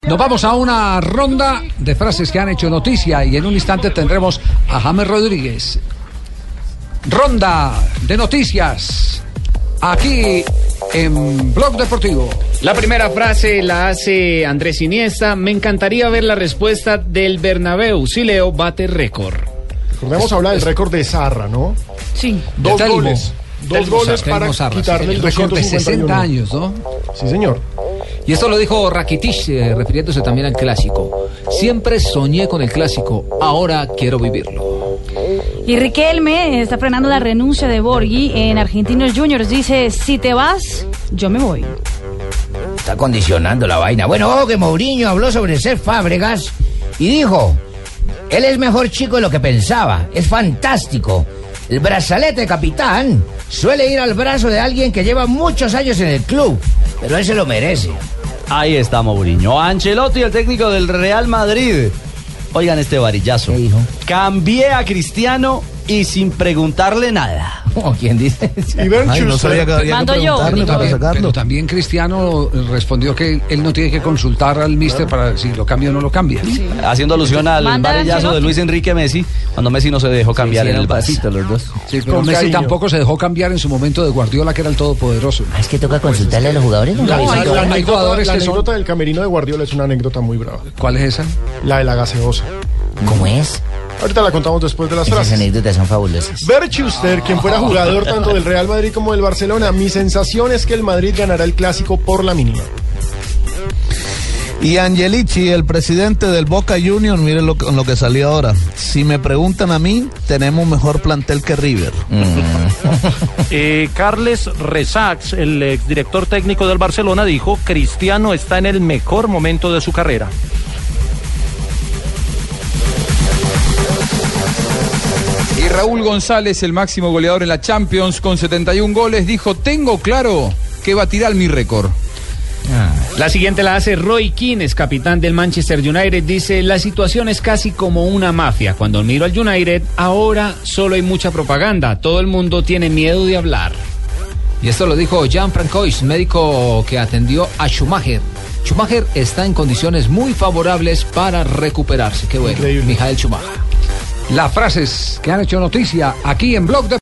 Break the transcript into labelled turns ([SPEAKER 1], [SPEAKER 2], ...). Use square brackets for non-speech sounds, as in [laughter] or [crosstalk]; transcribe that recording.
[SPEAKER 1] Nos vamos a una ronda de frases que han hecho noticia y en un instante tendremos a James Rodríguez. Ronda de noticias aquí en Blog Deportivo.
[SPEAKER 2] La primera frase la hace Andrés Iniesta. Me encantaría ver la respuesta del Bernabéu. Si Leo bate récord.
[SPEAKER 3] Recordemos hablar del récord de Sarra, ¿no?
[SPEAKER 4] Sí.
[SPEAKER 3] Dos
[SPEAKER 1] Telmo.
[SPEAKER 3] goles. Dos
[SPEAKER 2] Telmo
[SPEAKER 3] goles
[SPEAKER 2] Zarra,
[SPEAKER 3] para
[SPEAKER 1] Tenemos a Arras,
[SPEAKER 3] quitarle el
[SPEAKER 1] el récord de 60
[SPEAKER 3] 251.
[SPEAKER 1] años, ¿no?
[SPEAKER 3] Sí, señor.
[SPEAKER 1] Y esto lo dijo Rakitic eh, refiriéndose también al clásico. Siempre soñé con el clásico, ahora quiero vivirlo.
[SPEAKER 4] Y Riquelme está frenando la renuncia de Borghi en Argentinos Juniors. Dice, si te vas, yo me voy.
[SPEAKER 5] Está condicionando la vaina. Bueno, ojo que Mourinho habló sobre ser Fábregas y dijo, él es mejor chico de lo que pensaba, es fantástico. El brazalete de capitán suele ir al brazo de alguien que lleva muchos años en el club, pero él se lo merece. [laughs]
[SPEAKER 6] Ahí está Mourinho. Ancelotti, el técnico del Real Madrid. Oigan este varillazo.
[SPEAKER 5] ¿Qué dijo?
[SPEAKER 6] Cambié a Cristiano y sin preguntarle nada.
[SPEAKER 5] Como quien dice.
[SPEAKER 3] Y Berchus,
[SPEAKER 4] Mando yo.
[SPEAKER 1] Pero- eh, Pero también Cristiano respondió que él no tiene que consultar al mister para si lo cambia o no lo cambia.
[SPEAKER 6] Haciendo alusión al
[SPEAKER 4] Manda
[SPEAKER 6] varillazo
[SPEAKER 4] Ancelotti.
[SPEAKER 6] de Luis Enrique Messi, cuando Messi no se dejó cambiar en el pasito los dos.
[SPEAKER 1] Sí, pero
[SPEAKER 3] Con
[SPEAKER 1] Messi
[SPEAKER 3] cariño.
[SPEAKER 1] tampoco se dejó cambiar en su momento de Guardiola, que era el todopoderoso.
[SPEAKER 5] Ah, Es que toca consultarle a los jugadores. ¿no?
[SPEAKER 3] La,
[SPEAKER 1] No,
[SPEAKER 3] la-
[SPEAKER 1] hay-
[SPEAKER 3] la
[SPEAKER 1] hay
[SPEAKER 3] anécdota,
[SPEAKER 1] jugadores
[SPEAKER 3] la
[SPEAKER 1] que son-
[SPEAKER 3] anécdota del camerino de Guardiola es una anécdota muy brava.
[SPEAKER 1] ¿Cuál es esa?
[SPEAKER 3] La de la gaseosa.
[SPEAKER 5] ¿Cómo es?
[SPEAKER 3] Ahorita la contamos después de las
[SPEAKER 5] Esas
[SPEAKER 3] frases.
[SPEAKER 5] anécdotas son fabulosas.
[SPEAKER 3] Berchuster, quien fuera jugador tanto del Real Madrid como del Barcelona, mi sensación es que el Madrid ganará el clásico por la mínima.
[SPEAKER 7] Y Angelici, el presidente del Boca Juniors, miren lo, que- lo que salió ahora. Si me preguntan a mí, tenemos mejor plantel que River.
[SPEAKER 8] Eh, Carles Rezax, el exdirector técnico del Barcelona, dijo, Cristiano está en el mejor momento de su carrera.
[SPEAKER 9] Y Raúl González, el máximo goleador en la Champions con 71 goles, dijo, tengo claro que va a tirar mi récord.
[SPEAKER 2] La siguiente la hace Roy Keane, es capitán del Manchester United. Dice, la situación es casi como una mafia. Cuando miro al United, ahora solo hay mucha propaganda. Todo el mundo tiene miedo de hablar.
[SPEAKER 1] Y esto lo dijo Jan Francois, médico que atendió a Schumacher. Schumacher está en condiciones muy favorables para recuperarse. Qué bueno,
[SPEAKER 3] Increíble.
[SPEAKER 1] Mijael Schumacher. Las frases que han hecho noticia aquí en Blog de